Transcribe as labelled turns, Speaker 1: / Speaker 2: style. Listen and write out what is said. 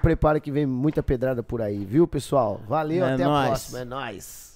Speaker 1: Prepara que vem muita pedrada por aí, viu, pessoal? Valeu,
Speaker 2: É
Speaker 1: até a
Speaker 2: nóis.
Speaker 1: próxima. É nóis.